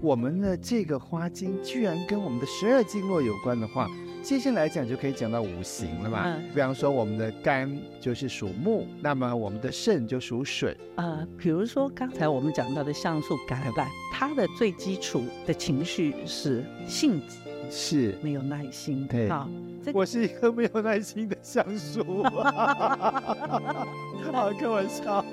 我们的这个花经居然跟我们的十二经络有关的话，接下来讲就可以讲到五行了嘛。嗯比方说我们的肝就是属木，那么我们的肾就属水。呃，比如说刚才我们讲到的像素感染，它的最基础的情绪是性子，是，没有耐心对啊。这我是一个没有耐心的相 叔，好开玩笑，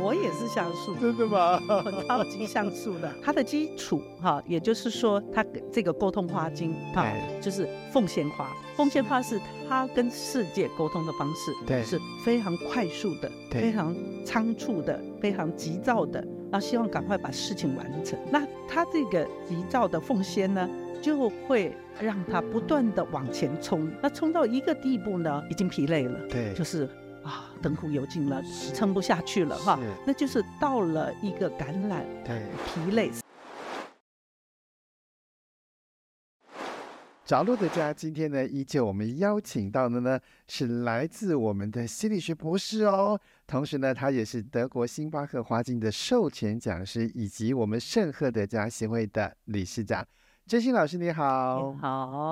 我也是像素，真的吗？我超级像素的。它的基础哈、也就是说，它这个沟通花精哈、哎就是奉献花。奉献花是它跟世界沟通的方式，对是非常快速的，对非常仓促的，非常急躁的，然后希望赶快把事情完成。那它这个急躁的奉献呢，就会让它不断的往前冲。那冲到一个地步呢，已经疲累了。对就，是啊，灯枯油尽了，撑不下去了哈是，那就是到了一个感染对，疲累。着陆的家今天呢，依旧我们邀请到的呢是来自我们的心理学博士哦，同时呢，他也是德国星巴克花境的授权讲师，以及我们圣赫德家协会的理事长。真心老师你好，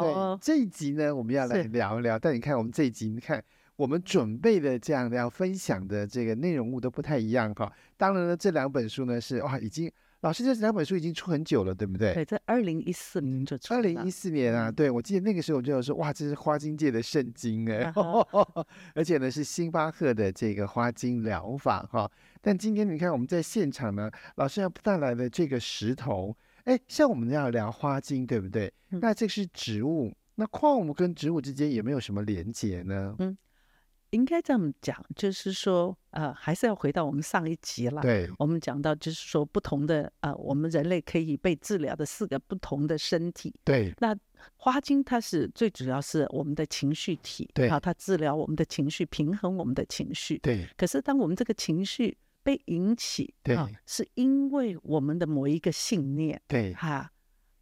对好，这一集呢，我们要来哦是聊一聊。但你看，我们这一集，你看我们准备的这样的要分享的这个内容物都不太一样哈。当然了，这两本书呢是哇，已经老师这两本书已经出很久了，对不对？对，在二零一四年就出二零一了四年啊，嗯对我记得那个时候我就有说，哇，这是花精界的圣经哎啊，哈 而且呢是星巴克的这个花精疗法哈。但今天你看我们在现场呢，老师要带来的这个石头，哎，像我们要聊花精对不对？嗯那这是植物，那矿物跟植物之间有没有什么连结呢？应该这么讲，就是说，呃，还是要回到我们上一集了。对，我们讲到就是说，不同的呃，我们人类可以被治疗的四个不同的身体，对，那花精它是最主要是我们的情绪体，对啊，它治疗我们的情绪，平衡我们的情绪，对，可是当我们这个情绪被引起，对啊，是因为我们的某一个信念对，哈、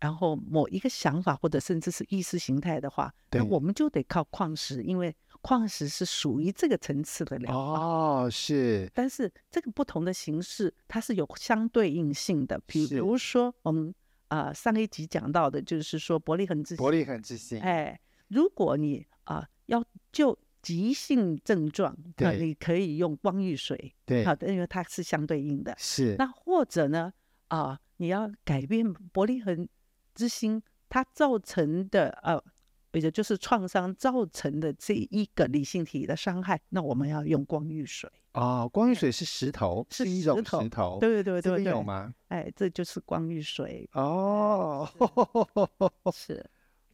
然后某一个想法或者甚至是意识形态的话，那对我们就得靠矿石，因为矿石是属于这个层次的疗法。哦，是，但是这个不同的形式，它是有相对应性的。比是如说，我们啊、呃上一集讲到的，就是说伯利恒之伯利恒之心，哎，如果你啊、要就急性症状，那对你可以用光浴水，对好，的，因为它是相对应的。是，那或者呢，啊、你要改变伯利恒之心它造成的呃，也就就是创伤造成的这一个理性体的伤害，那我们要用光浴水。哦，光浴水是石头，是一种石头石头，对对哦这对边有对，吗？哎，这就是光浴水，哦哦， 是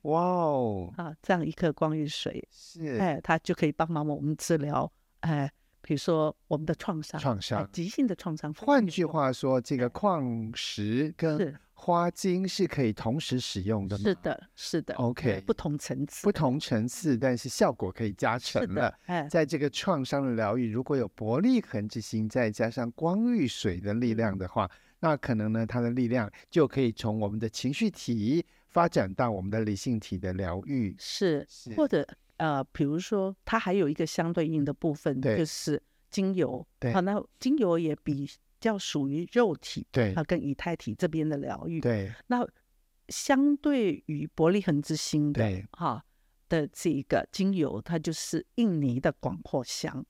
哇哦，啊，这样一克光浴水，是哎，它就可以帮忙我们治疗，哎，比如说我们的创伤，创哎伤。急性的创伤。换句，话说，这个矿石跟哎是花精是可以同时使用的吗？是的，是的 OK 不同层次，不同层次，但是效果可以加是成的的。，哎，在这个创伤的疗愈，如果有伯利恒之心，再加上光遇水的力嗯量的话，那可能呢，它的力量就可以从我们的情绪体发展到我们的理性体的疗愈。是是或者呃，比如说它还有一个相对应的部分，嗯对就是精油，对好，那精油也比较属于肉体对啊，跟以太体这边的疗愈，对那相对于伯利恒之心的对，哈、的这一个精油，它就是印尼的广藿香。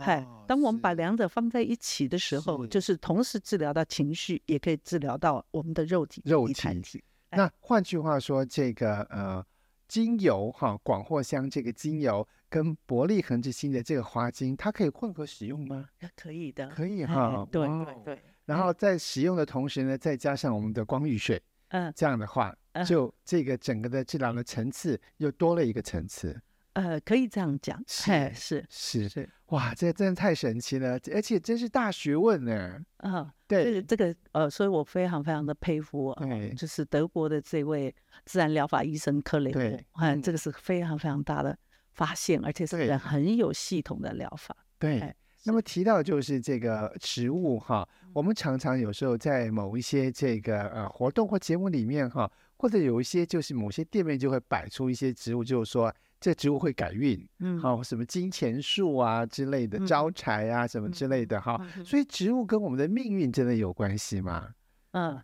嗨哦，当我们把是两者放在一起的时候，是就是同时治疗到情绪，也可以治疗到我们的肉体、肉以太体体。哎那换句话说，这个呃精油哈，广藿香这个精油跟伯利恒之心的这个花精，它可以混合使用吗？呃可以的，可以以哈，哎对哇对哎哦。对，然后在使用的同时呢，再加上我们的光浴水，嗯这样的话，嗯就这个整个的治疗的层次又多了一个层次。呃，可以这样讲，嘿，是是是，哇，这真的太神奇了，而且真是大学问呢。啊，这个对这个呃，所以我非常非常的佩服啊，对就是德国的这位自然疗法医生科雷对默，哎，嗯这个是非常非常大的发现，而且对是很有系统的疗法。对哎，嗯那么提到就是这个植物哈，我们常常有时候在某一些这个呃活动或节目里面哈，或者有一些就是某些店面就会摆出一些植物，就是说这植物会改运，嗯好、什么金钱树啊之类的，嗯招财啊什么之类的哈，嗯嗯所以植物跟我们的命运真的有关系吗？嗯，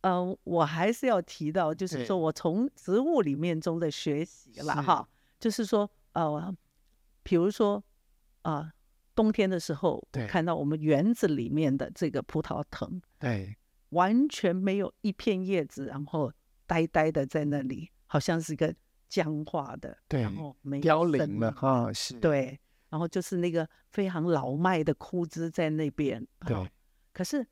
呃，我还是要提到，对就是说我从植物里面中的学习了是哈，就是说呃，比如说啊、呃冬天的时候，我对看到我们园子里面的这个葡萄藤，对，完全没有一片叶子，然后呆呆的在那里，好像是一个僵化的，对然后没有凋生零了命哈、是，对，然后就是那个非常老迈的枯枝在那边，啊对，可是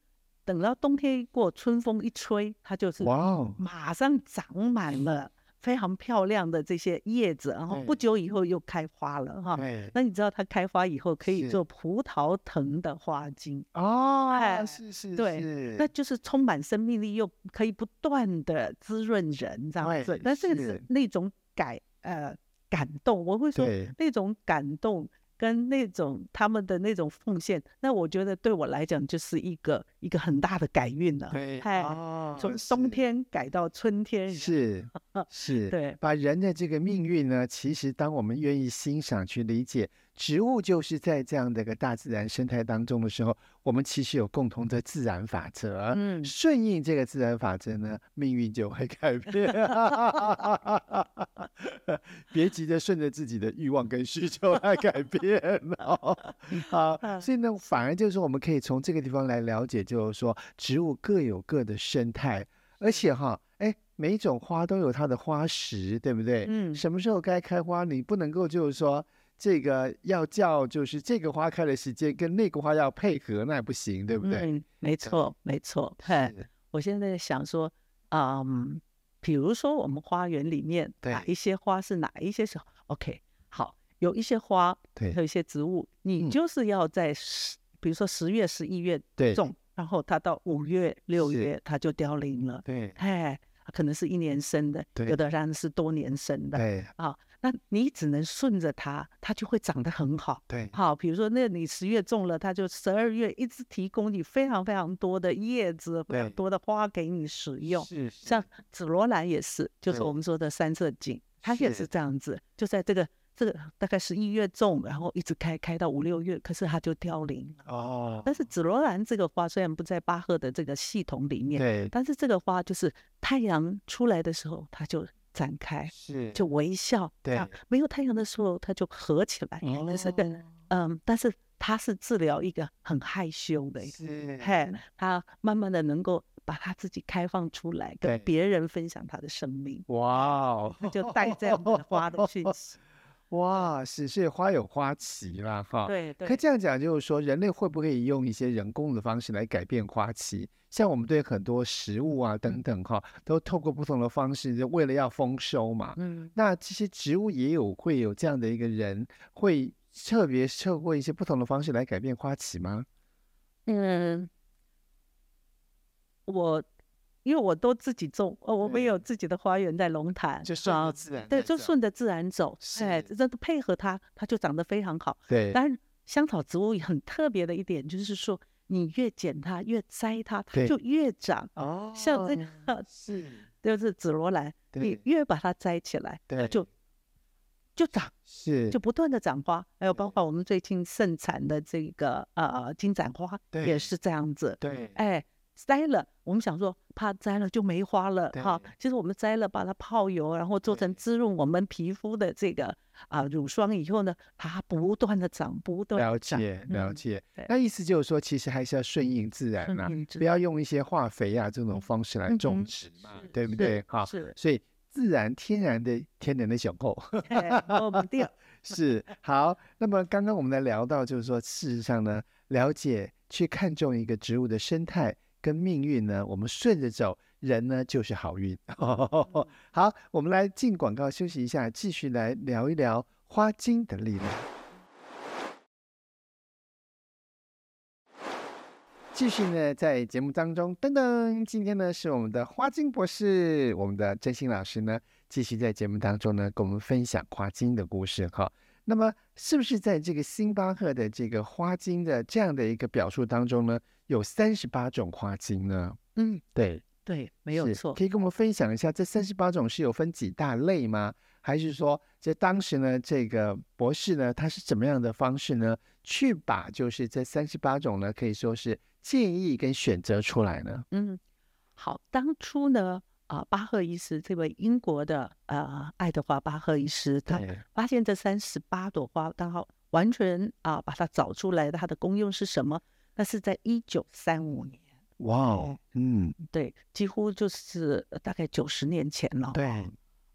等到冬天一过，春风一吹，它就是哇哦，马上长满了非常漂亮的这些叶子，然后对不久以后又开花了哈。对，那你知道它开花以后可以是做葡萄藤的花茎，哦，哎是是对是，那就是充满生命力，又可以不断的滋润人这对样子。但这个是是那种感呃感动，我会说对那种感动跟那种他们的那种奉献，那我觉得对我来讲就是一个一个很大的改运了。对，哎哦从是冬天改到春天，是是， 对嗯把人的这个命运呢，其实当我们愿意欣赏、去理解，植物就是在这样的一个大自然生态当中的时候，我们其实有共同的自然法则。嗯顺应这个自然法则呢，命运就会改变。 别急着顺着自己的欲望跟需求来改变哦。 啊，嗯所以呢，反而就是说我们可以从这个地方来了解，就是说植物各有各的生态，而且哈，哎，每一种花都有它的花时，对不对？嗯什么时候该开花，你不能够就是说这个要叫就是这个花开的时间跟那个花要配合，那也不行，对不对？嗯，没错没错。嘿，是我现在想说，嗯，比如说我们花园里面对哪一些花是哪一些时候？OK，好，有一些花，对还有一些植物，嗯你就是要在十，比如说十月、十一月对种，然后它到五月、六是月它就凋零了。对哎，可能是一年生的，对有的然是多年生的对啊。那你只能顺着它，它就会长得很好。对好，比如说那你十月种了，它就十二月一直提供你非常非常多的叶子、非常对多的花给你使用。是是像紫罗兰也是，就是对我们说的三色堇，它也是是这样子，就在这个这个大概十一月种，然后一直开开到五六月，可是它就凋零了。哦，但是紫罗兰这个花虽然不在巴赫的这个系统里面，对但是这个花就是太阳出来的时候，它就展开，是就微笑；对啊没有太阳的时候，它就合起来。这是个哦嗯，但是它是治疗一个很害羞的一个，是嘿，它慢慢的能够把它自己开放出来，对跟别人分享它的生命，哇哦，它就带这样的花的讯 息。哇，是，所以花有花期啦，哈。对可以对，这样讲，就是说，人类会不会用一些人工的方式来改变花期？像我们对很多食物嗯啊等等哈，都透过不同的方式，就为了要丰收嘛。嗯，那这些植物也有会有这样的一个人，会特别透过一些不同的方式来改变花期吗？嗯，我因为我都自己种，哦，我们对有自己的花园在龙潭，嗯顺啊着自然对，来就走顺着自然走，哎，是这都配合它，它就长得非常好。对当然，香草植物也很特别的一点就是说，你越剪它，越摘它，它对就越长。哦像这个是就是紫罗兰，你对越把它摘起来，对它就就长，是就不断的长花。还有包对括我们最近盛产的这个呃金盏花，对也是这样子。对哎，摘了，我们想说怕摘了就没花了哈、对其实我们摘了，把它泡油，然后做成对滋润我们皮肤的这个啊、乳霜以后呢，它不断的长，不断了的长。解了嗯解对。嗯那意思就是说，其实还是要顺应自然啊顺啦、应自不要用一些化肥啊这种方式来嗯种哼植嘛，是对不是对？哈，是，所以自然天然的天然的雄厚哎我们第二是好。那么刚刚我们来聊到，就是说，事实上呢，了解去看重一个植物的生态跟命运呢，我们顺着走，人呢就是好运。 好，我们来进广告休息一下，继续来聊一聊花精的力量。继续呢，在节目当中，噔噔，今天呢是我们的花精博士，我们的真心老师呢，继续在节目当中呢，跟我们分享花精的故事哈。那么，是不是在这个星巴克的这个花精的这样的一个表述当中呢，有三十八种花精呢？嗯，对，对，没有是错。嗯可以跟我们分享一下，这三十八种是有分几大类吗？还是说，这当时呢，这个博士呢，他是怎么样的方式呢，去把就是这三十八种呢，可以说是建议跟选择出来呢？嗯，好，当初呢，啊、巴赫医师这位英国的呃爱德华巴赫医师，他对，发现这三十八朵花，然后完全啊、把它找出来，它的功用是什么？那是在一九三五年，哇哦，嗯，对，几乎就是呃大概九十年前了。对，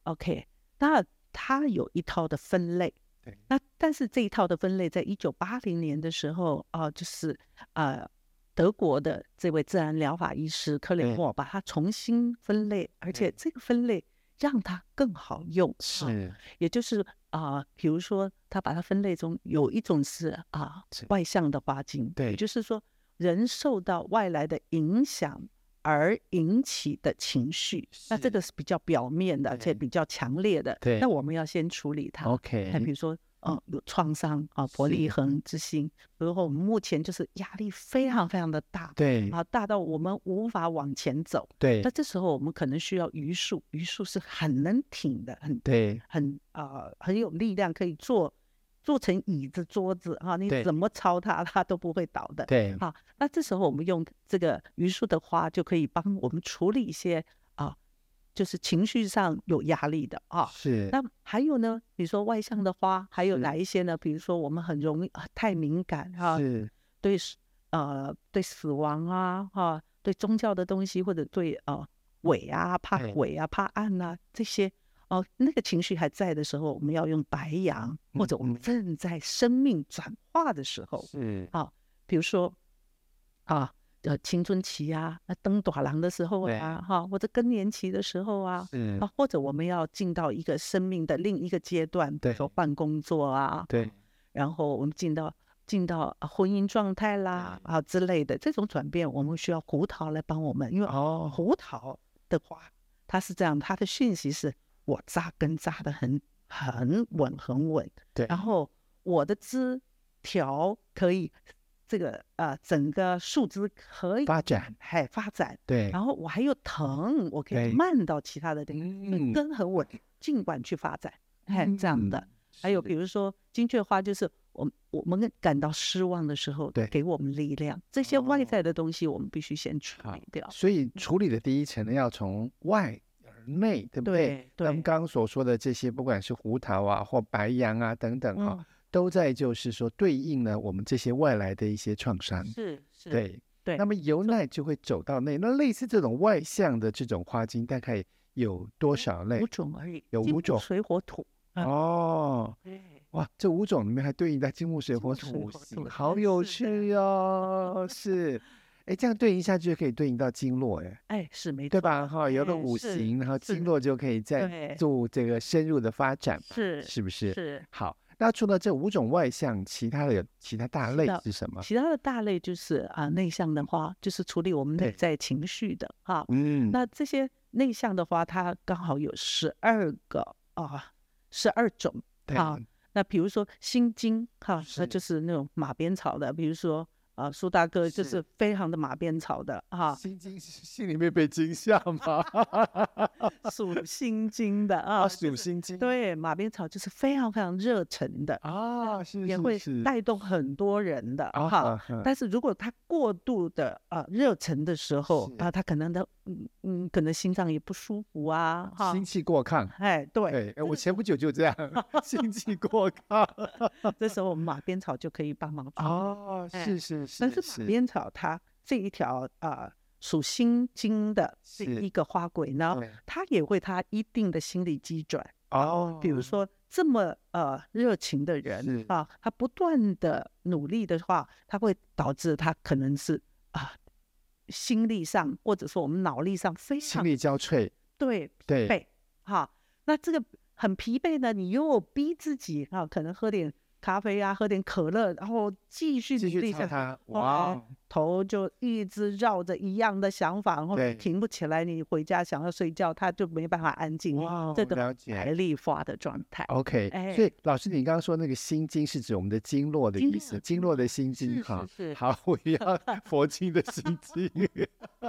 OK，那它有一套的分类。对那但是这一套的分类，在一九八零年的时候啊、就是呃，德国的这位自然疗法医师克雷对默把它重新分类，而且对这个分类让它更好用。啊，是，也就是啊、比如说他把它分类中有一种是啊、是外向的花精，对也就是说人受到外来的影响而引起的情绪，那这是个是比较表面的，而且对比较强烈的，对那我们要先处理它。 OK，嗯还比如说，呃，有创伤啊，伯利是恒之心，然后我们目前就是压力非常非常的大，对啊，大到我们无法往前走。对那这时候我们可能需要榆树，榆树是很能挺的，很对很啊、很有力量，可以做做成椅子、桌子啊，你对怎么敲它，它都不会倒的。对好，那这时候我们用这个榆树的花，就可以帮我们处理一些啊，就是情绪上有压力的啊。是，那还有呢，比如说外向的花，还有是哪一些呢？比如说我们很容易、啊太敏感啊，是对死呃对死亡啊啊，对宗教的东西或者对呃鬼啊怕对鬼啊怕暗啊这些哦、那个情绪还在的时候，我们要用白羊，或者我嗯们嗯正在生命转化的时候，是比如说啊呃青春期啊，那登短廊的时候对嗯啊哈、或者更年期的时候啊。是啊，，或者我们要进到一个生命的另一个阶段，比如说对换工作啊，对然后我们进到进到啊婚姻状态啦嗯啊之类的这种转变，我们需要胡桃来帮我们，因为哦，胡桃的话，它是这样，它的讯息是我扎根扎得很很稳很稳，对，然后我的枝条可以这个呃整个树枝可以发展哎发展，对，然后我还有藤，我可对以慢到其他的地方，嗯根很稳，尽管去发展，哎这样的。嗯还有是比如说金雀花，就是我们我们感到失望的时候，对给我们力量。这些哦外在的东西，我们必须先处好理掉。所以处理的第一层呢，要从外而内，对不对？对咱们对，刚刚所说的这些，不管是胡桃啊或白杨啊等等啊，嗯，都在就是说对应了我们这些外来的一些创伤。是是，对对那么由内就会走到内。那类似这种外向的这种花精，大概有嗯多少类五？种而已，有金五木种水火土。嗯哦，对，哇，这五种里面还对应到金木水金火木水土五火行，土好真有是的趣哦！是，哎，这样对应下去就可以对应到经络，哎，哎，是没对错？吧？哈，有了哎五是行，然后经是络就可以再对做这个深入的发展嘛，是是不是？是。好，那除了这五种外向，其他的有其他大类的是什么？其他的大类就是啊，内向的话就是处理我们对内在情绪的啊，嗯，那这些内向的话，它刚好有十二个啊，十二种对啊。那比如说心经哈、是那就是那种马鞭草的，比如说啊，苏大哥就是是非常的马鞭草的啊，心惊心里面被惊吓吗？ 属心经的啊，啊，哦就属是心经对马鞭草就是非常非常热忱的，啊，是也是会是带动很多人的啊哈、啊啊但是如果他过度的啊热忱的时候是啊，他可能的嗯嗯，可能心脏也不舒服啊哈，心气过亢。哎对对，哎这我个前不久就这样，心气过 亢。这时候我们马鞭草就可以帮忙处理。啊，哎是是是但是马鞭草它这一条啊、呃属心经的这是一个花鬼呢，对它也会它一定的心理机转。哦，比如说这么呃热情的人是啊，他不断的努力的话，他会导致他可能是啊。心力上，或者说我们脑力上非心常力交瘁，对对，惫哈。那这个很疲惫呢，你又逼自己啊，可能喝点咖啡啊，喝点可乐，然后继续继努续力擦下去，它，哇哇，哦头就一直绕着一样的想法，然后对停不起来。你回家想要睡觉，他就没办法安静。哇这我了个解白丽花的状态。 OK，哎所以老师，你刚刚说那个心经是指我们的经络的经意络思，经经络的心经是 哈。是是好，我要 佛经的心经。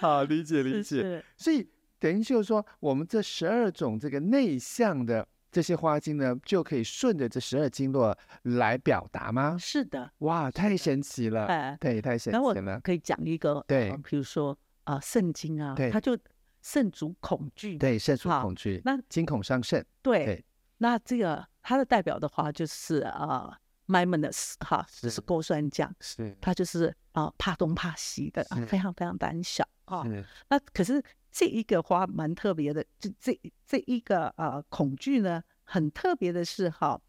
好，理解理是解。是所以等于就是说，我们这十二种这个内向的这些花经呢就可以顺着这十二经络来表达吗？是的，哇，太神奇了，哎、对，太神然后奇我了，可以讲一个，呃对呃比如说啊、呃肾经啊对，它就肾主恐惧，对，肾属好恐惧，那惊恐伤肾，对，对那这个它的代表的话就是啊、m i m o n u s 哈，是是勾酸酱，是它就是啊、怕东怕西的，啊是非常非常胆小啊。是嗯那可是这一个花蛮特别的，这这这一个呃恐惧呢，很特别的是哈，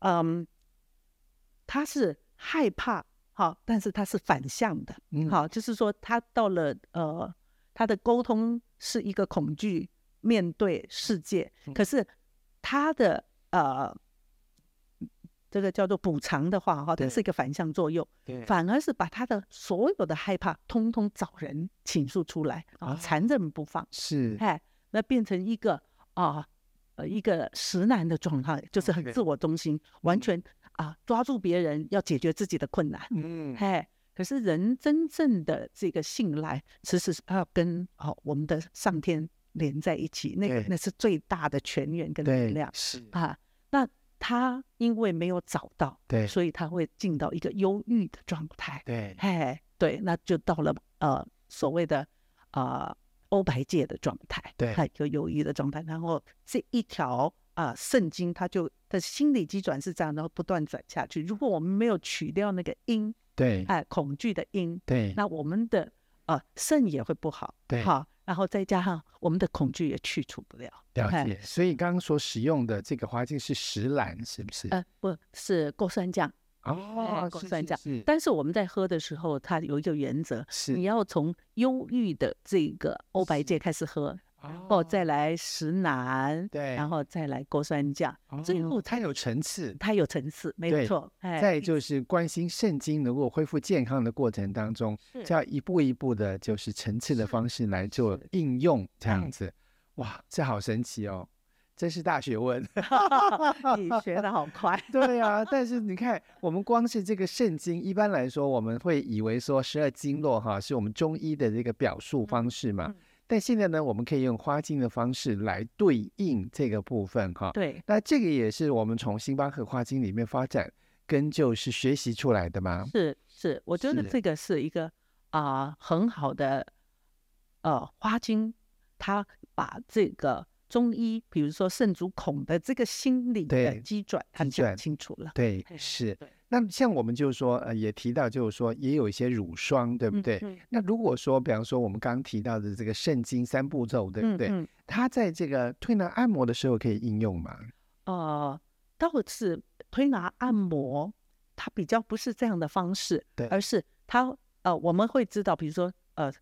嗯，它是害怕哈，但是它是反向的，嗯好，就是说他到了呃，他的沟通是一个恐惧面对世界，嗯可是他的呃，这个叫做补偿的话哈，它对是一个反向作用，对反而是把他的所有的害怕通通找人倾诉出来啊，啊缠着不放，是哎，那变成一个啊呃一个实难的状态，就是很 OK 自我中心，完全啊抓住别人要解决自己的困难。嗯哎，可是人真正的这个信赖，其实是要跟哦我们的上天连在一起，那个对那是最大的泉源跟对力量是啊。那他因为没有找到，对所以他会进到一个忧郁的状态。对哎，对，那就到了呃所谓的呃欧白界的状态，对哎，就忧郁的状态。然后这一条啊、圣经，它就的心理机转是这样，然后不断转下去。如果我们没有取掉那个因，对哎，恐惧的因，对那我们的呃肾也会不好，对好，然后再加上我们的恐惧也去除不了，了哎解，所以刚刚所使用的这个花镜是石兰，是不是？呃，哎不是过酸酱，哦，过是酸是酱是但是我们在喝的时候，它有一个原则，你是要从忧郁的这个欧白芥开始喝，然后再来石楠，哦对然后再来过酸酱，最哦后它有层次。它有层次，没对有错，哎，再就是关心肾经能够恢复健康的过程当中，是就要一步一步的，就是层次的是方式来做是应用，这样哎子。哇，这好神奇哦，真是大学问。 你学的好快，对啊，但是你看，我们光是这个肾经，一般来说，我们会以为说十二经络哈是我们中医的这个表述方式嘛。嗯但现在呢，我们可以用花经的方式来对应这个部分哈。对，那这个也是我们从星巴克花经里面发展跟就是学习出来的嘛。是是，我觉得嗯是这个是一个啊、很好的呃花精，它把这个中医，比如说肾主孔的这个心理对的机转，它机转讲清楚了。对，嘿是。对，那像我们就是说，呃，也提到就是说，也有一些乳霜，对不嗯对？嗯那如果说，比方说我们刚提到的这个肾经三步骤，对不嗯对？嗯它在这个推拿按摩的时候可以应用吗？呃，倒是推拿按摩，它比较不是这样的方式，对而是它呃，我们会知道，比如说呃，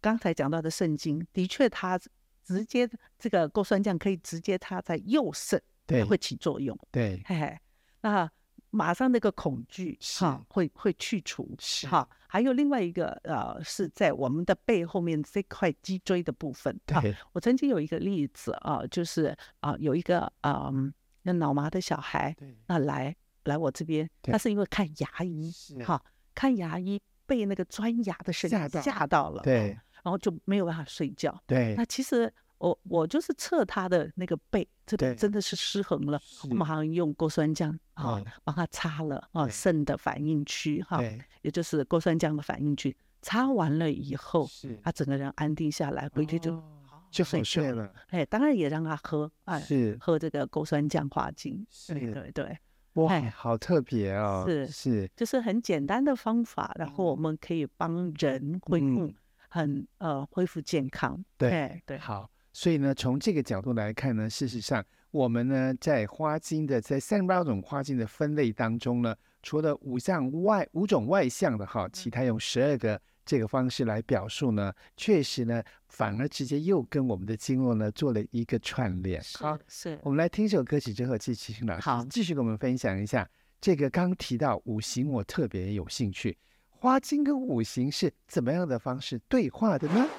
刚才讲到的肾经，的确它直接这个过酸降可以直接它在右肾，对它会起作用。对，嘿嘿，那马上那个恐惧是哈、会会去除，是哈、还有另外一个呃是在我们的背后面这块脊椎的部分。啊哈对我曾经有一个例子啊，就是啊有一个啊嗯那脑麻的小孩，对那来来我这边，对他是因为看牙医是哈、看牙医被那个钻牙的声音吓到吓到了，对然后就没有办法睡觉。对那其实我我就是测他的那个背，这对边真的是失衡了，是我马上用过酸降啊嗯，帮他擦了啊对肾的反应区哈，对也就是过酸降的反应区，擦完了以后，是他整个人安定下来，回去就哦就好睡了，哎，当然也让他喝哎，是喝这个过酸降化精，对是对对，哇哎，好特别哦，是是就是很简单的方法，然后我们可以帮人恢复嗯很呃恢复健康，对哎对，好，所以呢，从这个角度来看呢，事实上，我们呢在花精的在三十八种花精的分类当中呢，除了五项外五种外项的哈，其他用十二个这个方式来表述呢，确实呢，反而直接又跟我们的经络呢做了一个串联。好，是我们来听首歌曲之后，继续请老师好继续跟我们分享一下这个刚提到五行，我特别有兴趣。花精跟五行是怎么样的方式对话的呢？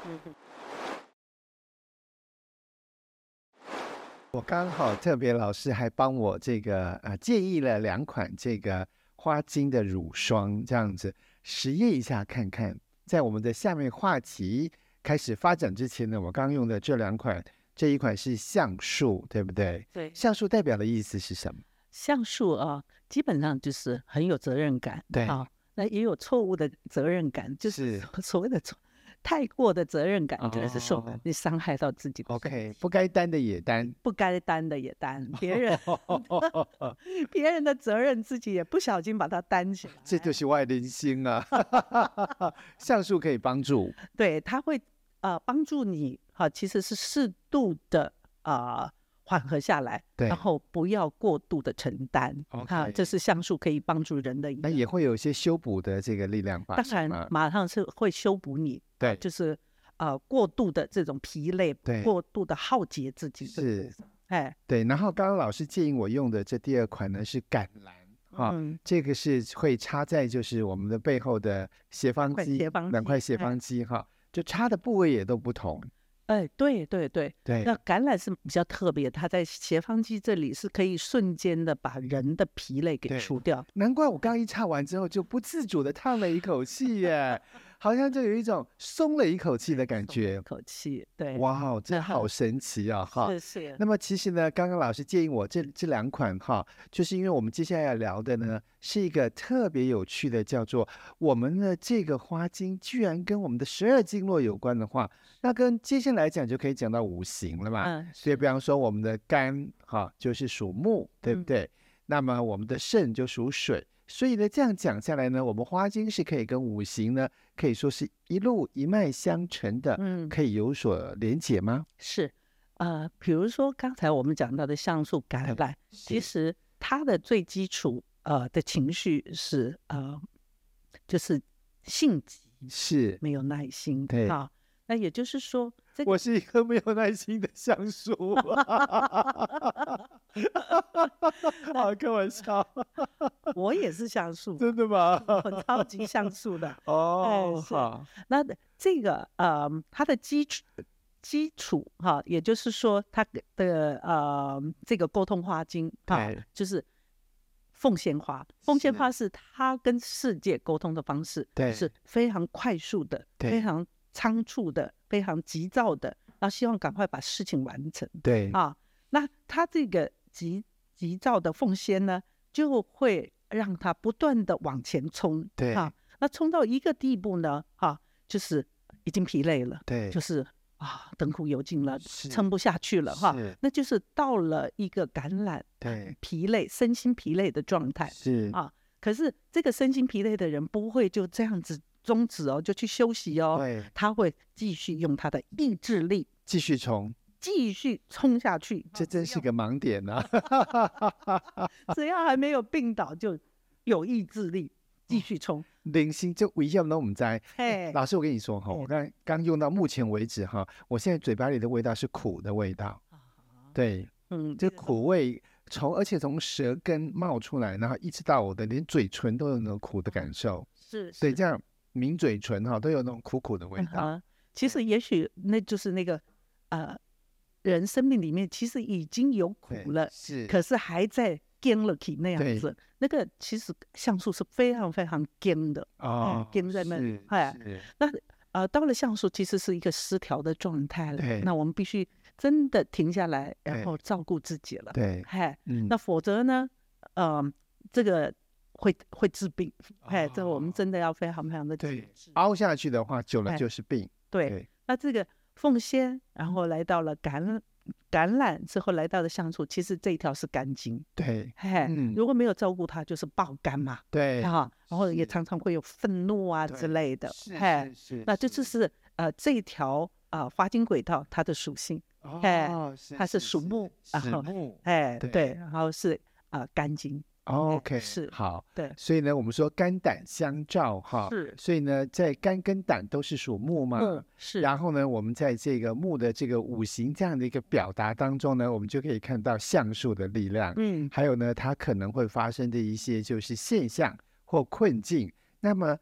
我刚好特别老师还帮我这个呃建议了两款这个花精的乳霜，这样子实验一下看看。在我们的下面话题开始发展之前呢，我刚用的这两款这一款是橡树，对不对？对，橡树代表的意思是什么？橡树啊，基本上就是很有责任感，对啊，那也有错误的责任感，就是 是所所谓的错，太过的责任感，可能是受哦你伤害到自己的身体。 OK，不该担的也 担。不该担的也担，别人别人的责任自己也不小心把它担起来，这就是外人心啊！橡树可以帮助，对，它会呃帮助你哈、其实是适度的啊、呃缓和下来，对然后不要过度的承担，啊， OK 这是橡树可以帮助人的一那个。也会有一些修补的这个力量吧？当是吗然，马上是会修补你，对，就是呃过度的这种疲累对，过度的耗竭自己，是，哎，对。然后刚刚老师建议我用的这第二款呢是橄榄啊，嗯，这个是会插在就是我们的背后的斜方块肌斜方两肌块斜哎方肌哈，就插的部位也都不同。哎，对对对，对，那橄榄是比较特别，它在斜方肌这里是可以瞬间的把人的疲累对给除掉。难怪我刚一插完之后就不自主的叹了一口气耶，好像就有一种松了一口气的感松了一觉。口气，对，哇哦，真然后好神奇啊！哈，是是，那么其实呢，刚刚老师建议我这这两款哈，就是因为我们接下来要聊的呢，是一个特别有趣的，叫做我们的这个花精居然跟我们的十二经络有关的话，那跟接下来讲就可以讲到五行了嘛。嗯，所以，比方说我们的肝哈就是属木，对不嗯对？那么我们的肾就属水。所以呢，这样讲下来呢，我们花精是可以跟五行呢，可以说是一路一脉相承的，嗯可以有所连结吗？是，呃，比如说刚才我们讲到的橡树橄榄，其哎是实它的最基础呃的情绪是呃，就是性急，是，没有耐心，对啊。那也就是说，这个我是一个没有耐心的橡树， 好开玩笑，我也是橡树， 真的吗？我超 级橡树的。哦，哎是好，那这个呃，它的基础基础哈、也就是说它的呃这个沟通花精啊对，就是凤仙花。凤仙是花是它跟世界沟通的方式，对是非常快速的，对非常仓促的，非常急躁的，然后希望赶快把事情完成对，啊。那它这个急急躁的凤仙呢，就会让它不断的往前冲，对啊，那冲到一个地步呢，啊，就是已经疲累了，对，就是啊，灯枯油尽了，是撑不下去了哈、是那就是到了一个感染对疲累、身心疲累的状态。是啊可是这个身心疲累的人不会就这样子终止哦，就去休息哦，对，他会继续用他的意志力继续冲，继续冲下去。这真是个盲点啊 呐、只要还没有病倒，就有意志力继续冲。零星就危险都我们在。嘿，哦老师，我跟你说哈，我刚刚用到目前为止哈，我现在嘴巴里的味道是苦的味哦道，对，嗯，就苦味从而且从舌根冒出来，然后一直到我的连嘴唇都有那种苦的感受，是对，这样抿嘴唇哈都有那种苦苦的味道，啊，其实也许那就是那个呃，人生命里面其实已经有对苦了，是，可是还在 g 了 k 那对样子。那个其实橡树是非常非常 g 的，哦，跟在那里是哎是那呃，到了橡树其实是一个失调的状态对了。那我们必须真的停下来，对然后照顾自己了。对，嗨，嗯，那否则呢，呃，这个会会治病。哎，这我们哦真的要非常非常的对谨慎。凹下去的话，久了哎就是病，对嗯对，那这个凤仙，然后来到了橄橄榄之后来到的橡树，其实这一条是干茎，对嘿，嗯如果没有照顾它，就是爆肝嘛，对，啊，然后也是常常会有愤怒啊对之类的，是嘿是，是，那这就是呃这一条啊、呃、花茎轨道它的属性，哎哦，是它是属木然属后木。哎，对对，然后是啊、呃、干茎， OK，是好，对所以呢，我们说肝胆相照哈，是所以呢，在肝跟胆都是属木嘛，嗯，是，然后呢，我们在这个木的这个五行这样的一个表达当中呢，我们就可以看到橡树的力量，嗯，还有呢，它可能会发生的一些就是现象或困境。那么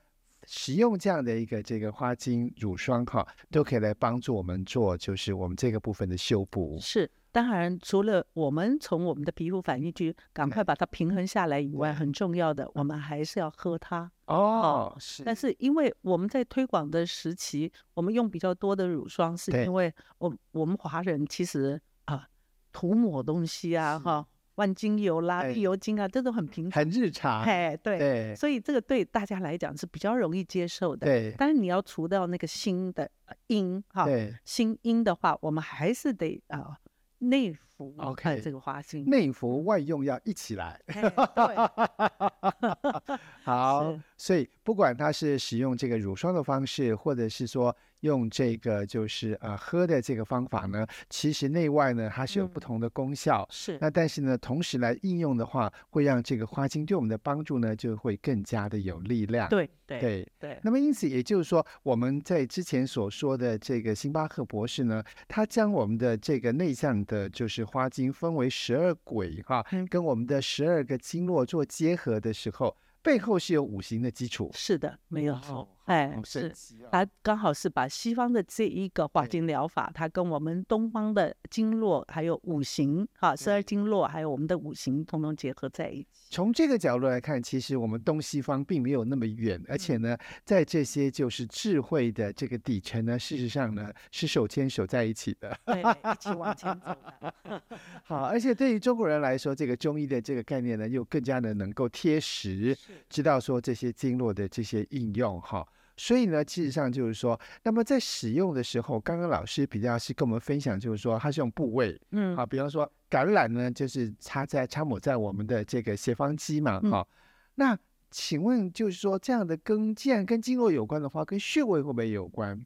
使用这样的一个这个花精乳霜哈，都可以来帮助我们做就是我们这个部分的修补。是。当然，除了我们从我们的皮肤反应去赶快把它平衡下来以外，很重要的，我们还是要喝它。哦，是，但是因为我们在推广的时期，我们用比较多的乳霜，是对因为我我们华人其实啊，涂抹东西啊，是哈，万金油啦、哎绿油精啊，这都很平常。很日常，哎，对，对所以这个对大家来讲是比较容易接受的。对但是你要除掉那个新的呃阴哈，对，新阴的话，我们还是得啊、呃内服呃 OK 这个花心。内服外用要一起来。哎对好 是，所以不管他是使用这个乳霜的方式，或者是说用这个就是呃喝的这个方法呢，其实内外呢它是有不嗯同的功效。是那但是呢，同时来应用的话，会让这个花精对我们的帮助呢就会更加的有力量。对对对，对那么因此也就是说，我们在之前所说的这个星巴克博士呢，他将我们的这个内向的，就是花精分为十二轨哈、嗯跟我们的十二个经络做结合的时候，背后是有五行的基础。是的，没有错哦。哎好，神是奇啊！它刚好是把西方的这一个化对经疗法，它跟我们东方的经络还有五行哈，十二对经络还有我们的五行，通通结合在一起。从这个角度来看，其实我们东西方并没有那么远，而嗯且呢，在这些就是智慧的这个底层呢，事实上呢是手牵手在一起 的。 对，一起往前走的。 好，而且对于中国人来说，这个中医的这个概念呢，又更加的能够贴实，知道说这些经络的这些应用哈。所以呢，事实上就是说，那么在使用的时候，刚刚老师比较是跟我们分享，就是说它是用部位嗯，啊，比方说橄榄呢，就是插在插抹在我们的这个斜方肌嘛，嗯哈、那请问就是说，这样的跟既然跟经络有关的话，跟穴位会不会有关？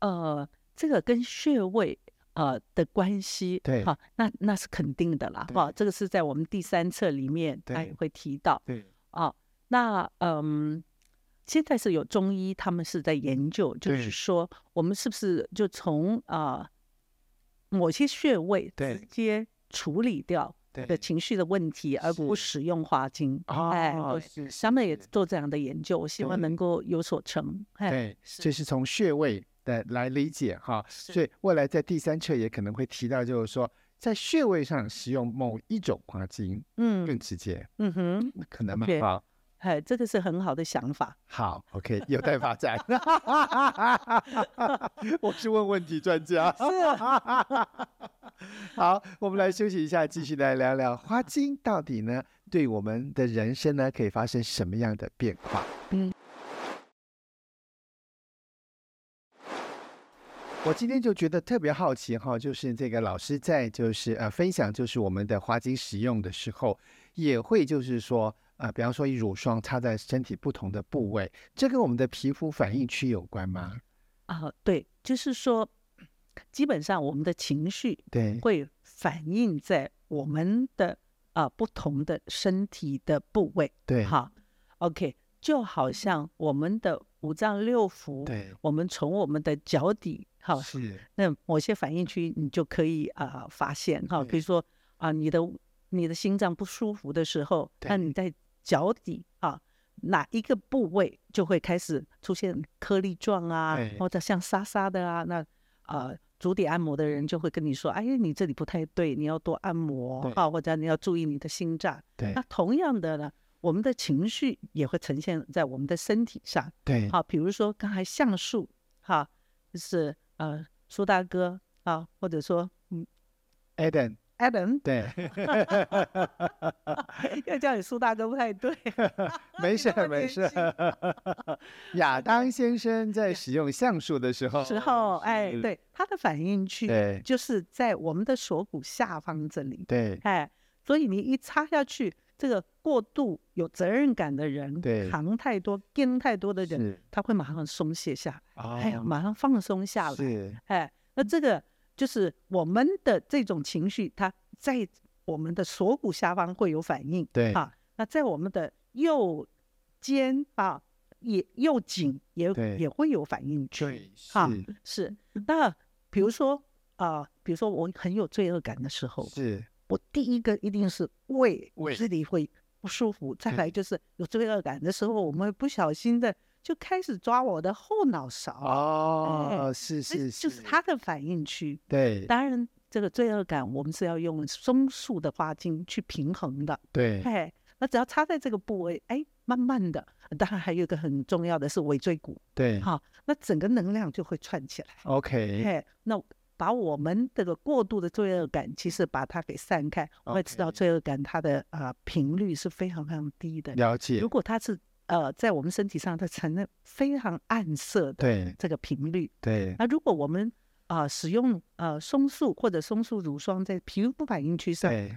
呃，这个跟穴位呃的关系，对哈、那那是肯定的啦，哈、这个是在我们第三册里面它对也会提到对，啊、那嗯，现在是有中医，他们是在研究，就对是说我们是不是就从啊、某些穴位对直接处理掉对的情绪的问题，而不是使用花精。啊，哎，对，是是他们也是做这样的研究，我希望对能够有所成。哎，对，这是从穴位的来理解哈，所以未来在第三册也可能会提到，就是说在穴位上使用某一种花精嗯更直接，嗯哼。可能啊吗？对好，哎，这个是很好的想法。好，OK，有待发展。我是问问题专家。 好，我们来休息一下，继续来聊聊花精到底呢对我们的人生呢可以发生什么样的变化？嗯。我今天就觉得特别好奇哈，就是这个老师在就是呃分享就是我们的花精使用的时候，也会就是说啊、呃比方说以乳霜擦在身体不同的部位，这跟我们的皮肤反应区有关吗？啊、对，就是说，基本上我们的情绪对，会反映在我们的啊、不同的身体的部位。对，好，OK，就好像我们的五脏六腑，对，我们从我们的脚底，好，是，那某些反应区你就可以啊、发现哈，比对如说啊、你的你的心脏不舒服的时候，那对你在脚底啊哪一个部位就会开始出现颗粒状啊对，或者像沙沙的啊，那啊。足底按摩的人就会跟你说：“哎，你这里不太对，你要多按摩对啊，或者你要注意你的心脏。”对那，同样的呢，我们的情绪也会呈现在我们的身体上。对，好，比如说刚才橡树，哈，就是呃苏大哥啊，或者说嗯 Eden， Adam，对，要叫你苏大哥不太对。 没事那么没年事轻。 亚当先生在使用橡树的时候，时候，哎，是，对，他的反应区对就是在我们的锁骨下方这里，对哎，所以你一插下去，这个过度有责任感的人，对扛太多、跟太多的人是，他会马上松懈下来，哦哎呀，马上放松下来。是，哎，那这个就是我们的这种情绪，它在我们的锁骨下方会有反应，对啊，那在我们的右肩啊，也右颈也对也会有反应区，对，啊是是。那比如说啊、比如说我很有罪恶感的时候，是，我第一个一定是胃胃这里会不舒服，再对来就是有罪恶感的时候，我们不小心的就开始抓我的后脑勺。哦，是是，这就是他的反应区，对，当然，这个罪恶感，我们是要用松树的花茎去平衡的。对，哎，那只要插在这个部位，哎，慢慢的，当然还有一个很重要的是尾椎骨，对哈、那整个能量就会串起来。哦，OK，哎，那把我们这个过度的罪恶感，其实把它给散开，我们会知道 OK 罪恶感它的呃频率是非常非常低的。了解如，果它是呃在我们身体上，它呈现非常暗色的对这个频率。对那如果我们啊、呃使用呃松树或者松树乳霜在皮肤反应区上，对，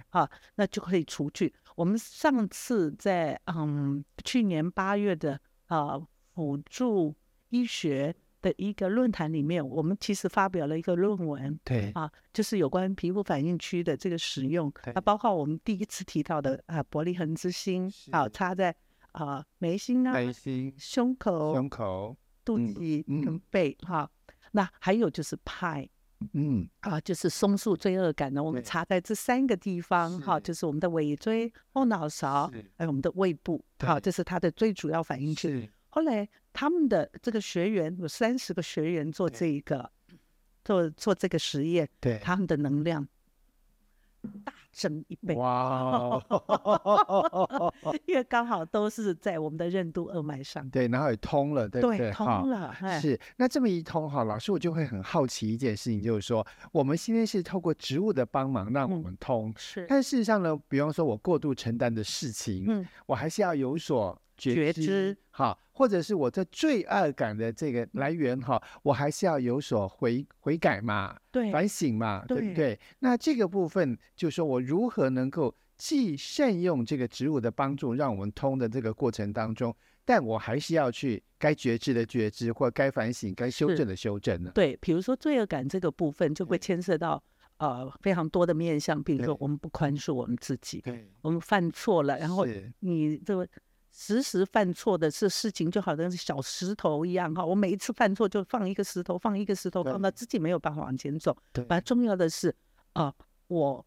那就可以除去。我们上次在嗯去年八月的啊辅助医学的一个论坛里面，我们其实发表了一个论文对，啊，就是有关皮肤反应区的这个使用对，啊，包括我们第一次提到的啊伯利恒之星啊是插在啊眉心啊、内心、胸口、胸口，肚嗯脐嗯跟背哈、那还有就是派。嗯，啊，就是松树罪恶感呢，我们对查在这三个地方哈、是就是我们的尾椎、后脑勺是，还有我们的胃部，对好、这是它的最主要反应区。是后来他们的这个学员有三十个学员做对这一个做做这个实验，对，他们的能量大增一倍，哇， 哦因为刚好都是在我们的任督二脉上，对，然后也通了，对不对？哈通了，哎，是，那这么一通哈，老师我就会很好奇一件事情，就是说我们现在是透过植物的帮忙让我嗯们通，是，但事实上呢，比方说我过度承担的事情，嗯，我还是要有所觉觉知哈，或者是我这罪恶感的这个来源哈，我还是要有所悔悔改嘛，对，反省嘛，对不对对？那这个部分就说我如何能够既善用这个植物的帮助，让我们通的这个过程当中，但我还是要去该觉知的觉知，或该反省、该修是正的修正呢？对，比如说罪恶感这个部分，就会对牵涉到呃非常多的面向，比如说对我们不宽恕我们自己，对，我们犯错了，然后是你这个时时犯错的这事情，就好像是小石头一样哈。我每一次犯错就放一个石头，放一个石头，放到自己没有办法往前走。对反正重要的是啊、呃我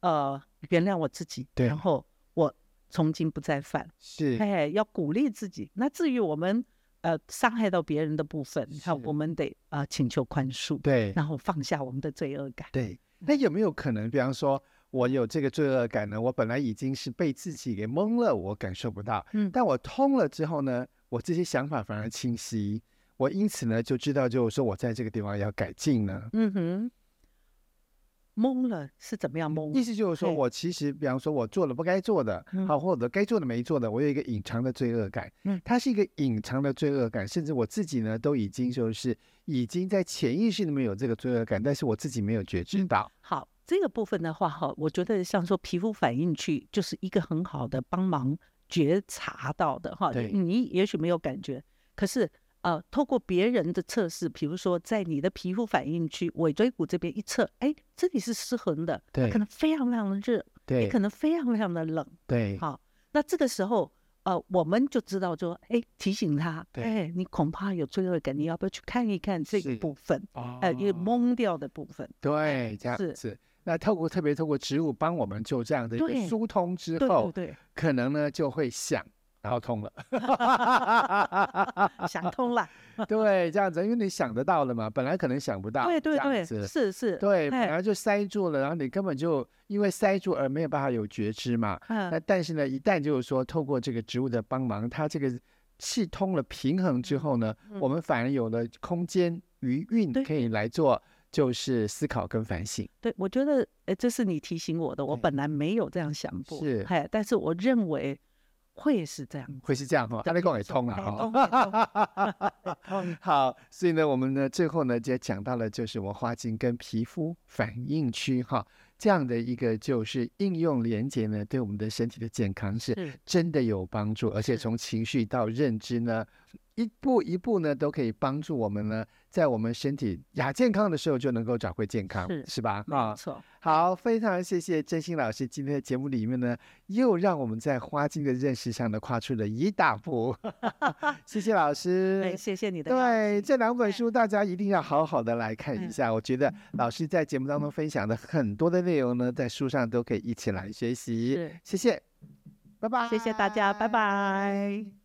呃原谅我自己，对然后我从今不再犯。是，哎，要鼓励自己。那至于我们呃伤害到别人的部分，哈，是我们得啊、呃请求宽恕，对，然后放下我们的罪恶感。对。那有没有可能，比方说，我有这个罪恶感呢？我本来已经是被自己给蒙了，我感受不到。嗯但我通了之后呢，我这些想法反而清晰，我因此呢就知道，就是说我在这个地方要改进呢。嗯哼，懵了是怎么样懵？意思就是说，嘿我其实，比方说，我做了不该做的，嗯好、或者该做的没做的，我有一个隐藏的罪恶感。嗯它是一个隐藏的罪恶感，甚至我自己呢，都已经就是已经在潜意识里面有这个罪恶感，但是我自己没有觉嗯知到。好，这个部分的话哈，我觉得像说皮肤反应去，就是一个很好的帮忙觉察到的哈。对你也许没有感觉，可是呃，透过别人的测试，比如说在你的皮肤反应区尾椎骨这边一测，哎，这里是失衡的，它对可能非常非常的热，也对可能非常非常的冷。对好，那这个时候。呃，我们就知道说，哎，提醒他，对哎，你恐怕有罪恶感，你要不要去看一看这个是部分，哦呃，也懵掉的部分。对，这样是子。那透过特别透过植物帮我们就这样的一个对疏通之对后对，对，可能呢就会想，然后通了。想通了， 对，这样子，因为你想得到了嘛，本来可能想不到，对对这样对，子是是，对，本哎，来就塞住了，然后你根本就因为塞住而没有办法有觉知嘛。那嗯，但是呢，一旦就是说透过这个植物的帮忙，它这个气通了平衡之后呢，嗯我们反而有了空间余韵，对可以来做就是思考跟反省。对，我觉得，呃，这是你提醒我的，我对本来没有这样想过，是哎，但是我认为会是这样，会是这样哈、哦，阿力共也通了哎哈、通也哦。 好，所以呢，我们呢最后呢就讲到了就是我们花精跟皮肤反应区哈、这样的一个就是应用连接呢，对我们的身体的健康是是真的有帮助，而且是从情绪到认知呢，一步一步呢都可以帮助我们呢，在我们身体亚健康的时候就能够找回健康，是吧？啊、没错，好，非常谢谢真心老师今天的节目里面呢，又让我们在花精的认识上呢跨出了一大步。 谢谢老师哎，。谢谢你的邀对请，这两本书，大家一定要好好的来看一嗯下。我觉得老师在节目当中分享的很多的内容呢，在书上都可以一起来学习是。谢谢，拜拜。谢谢大家，拜拜。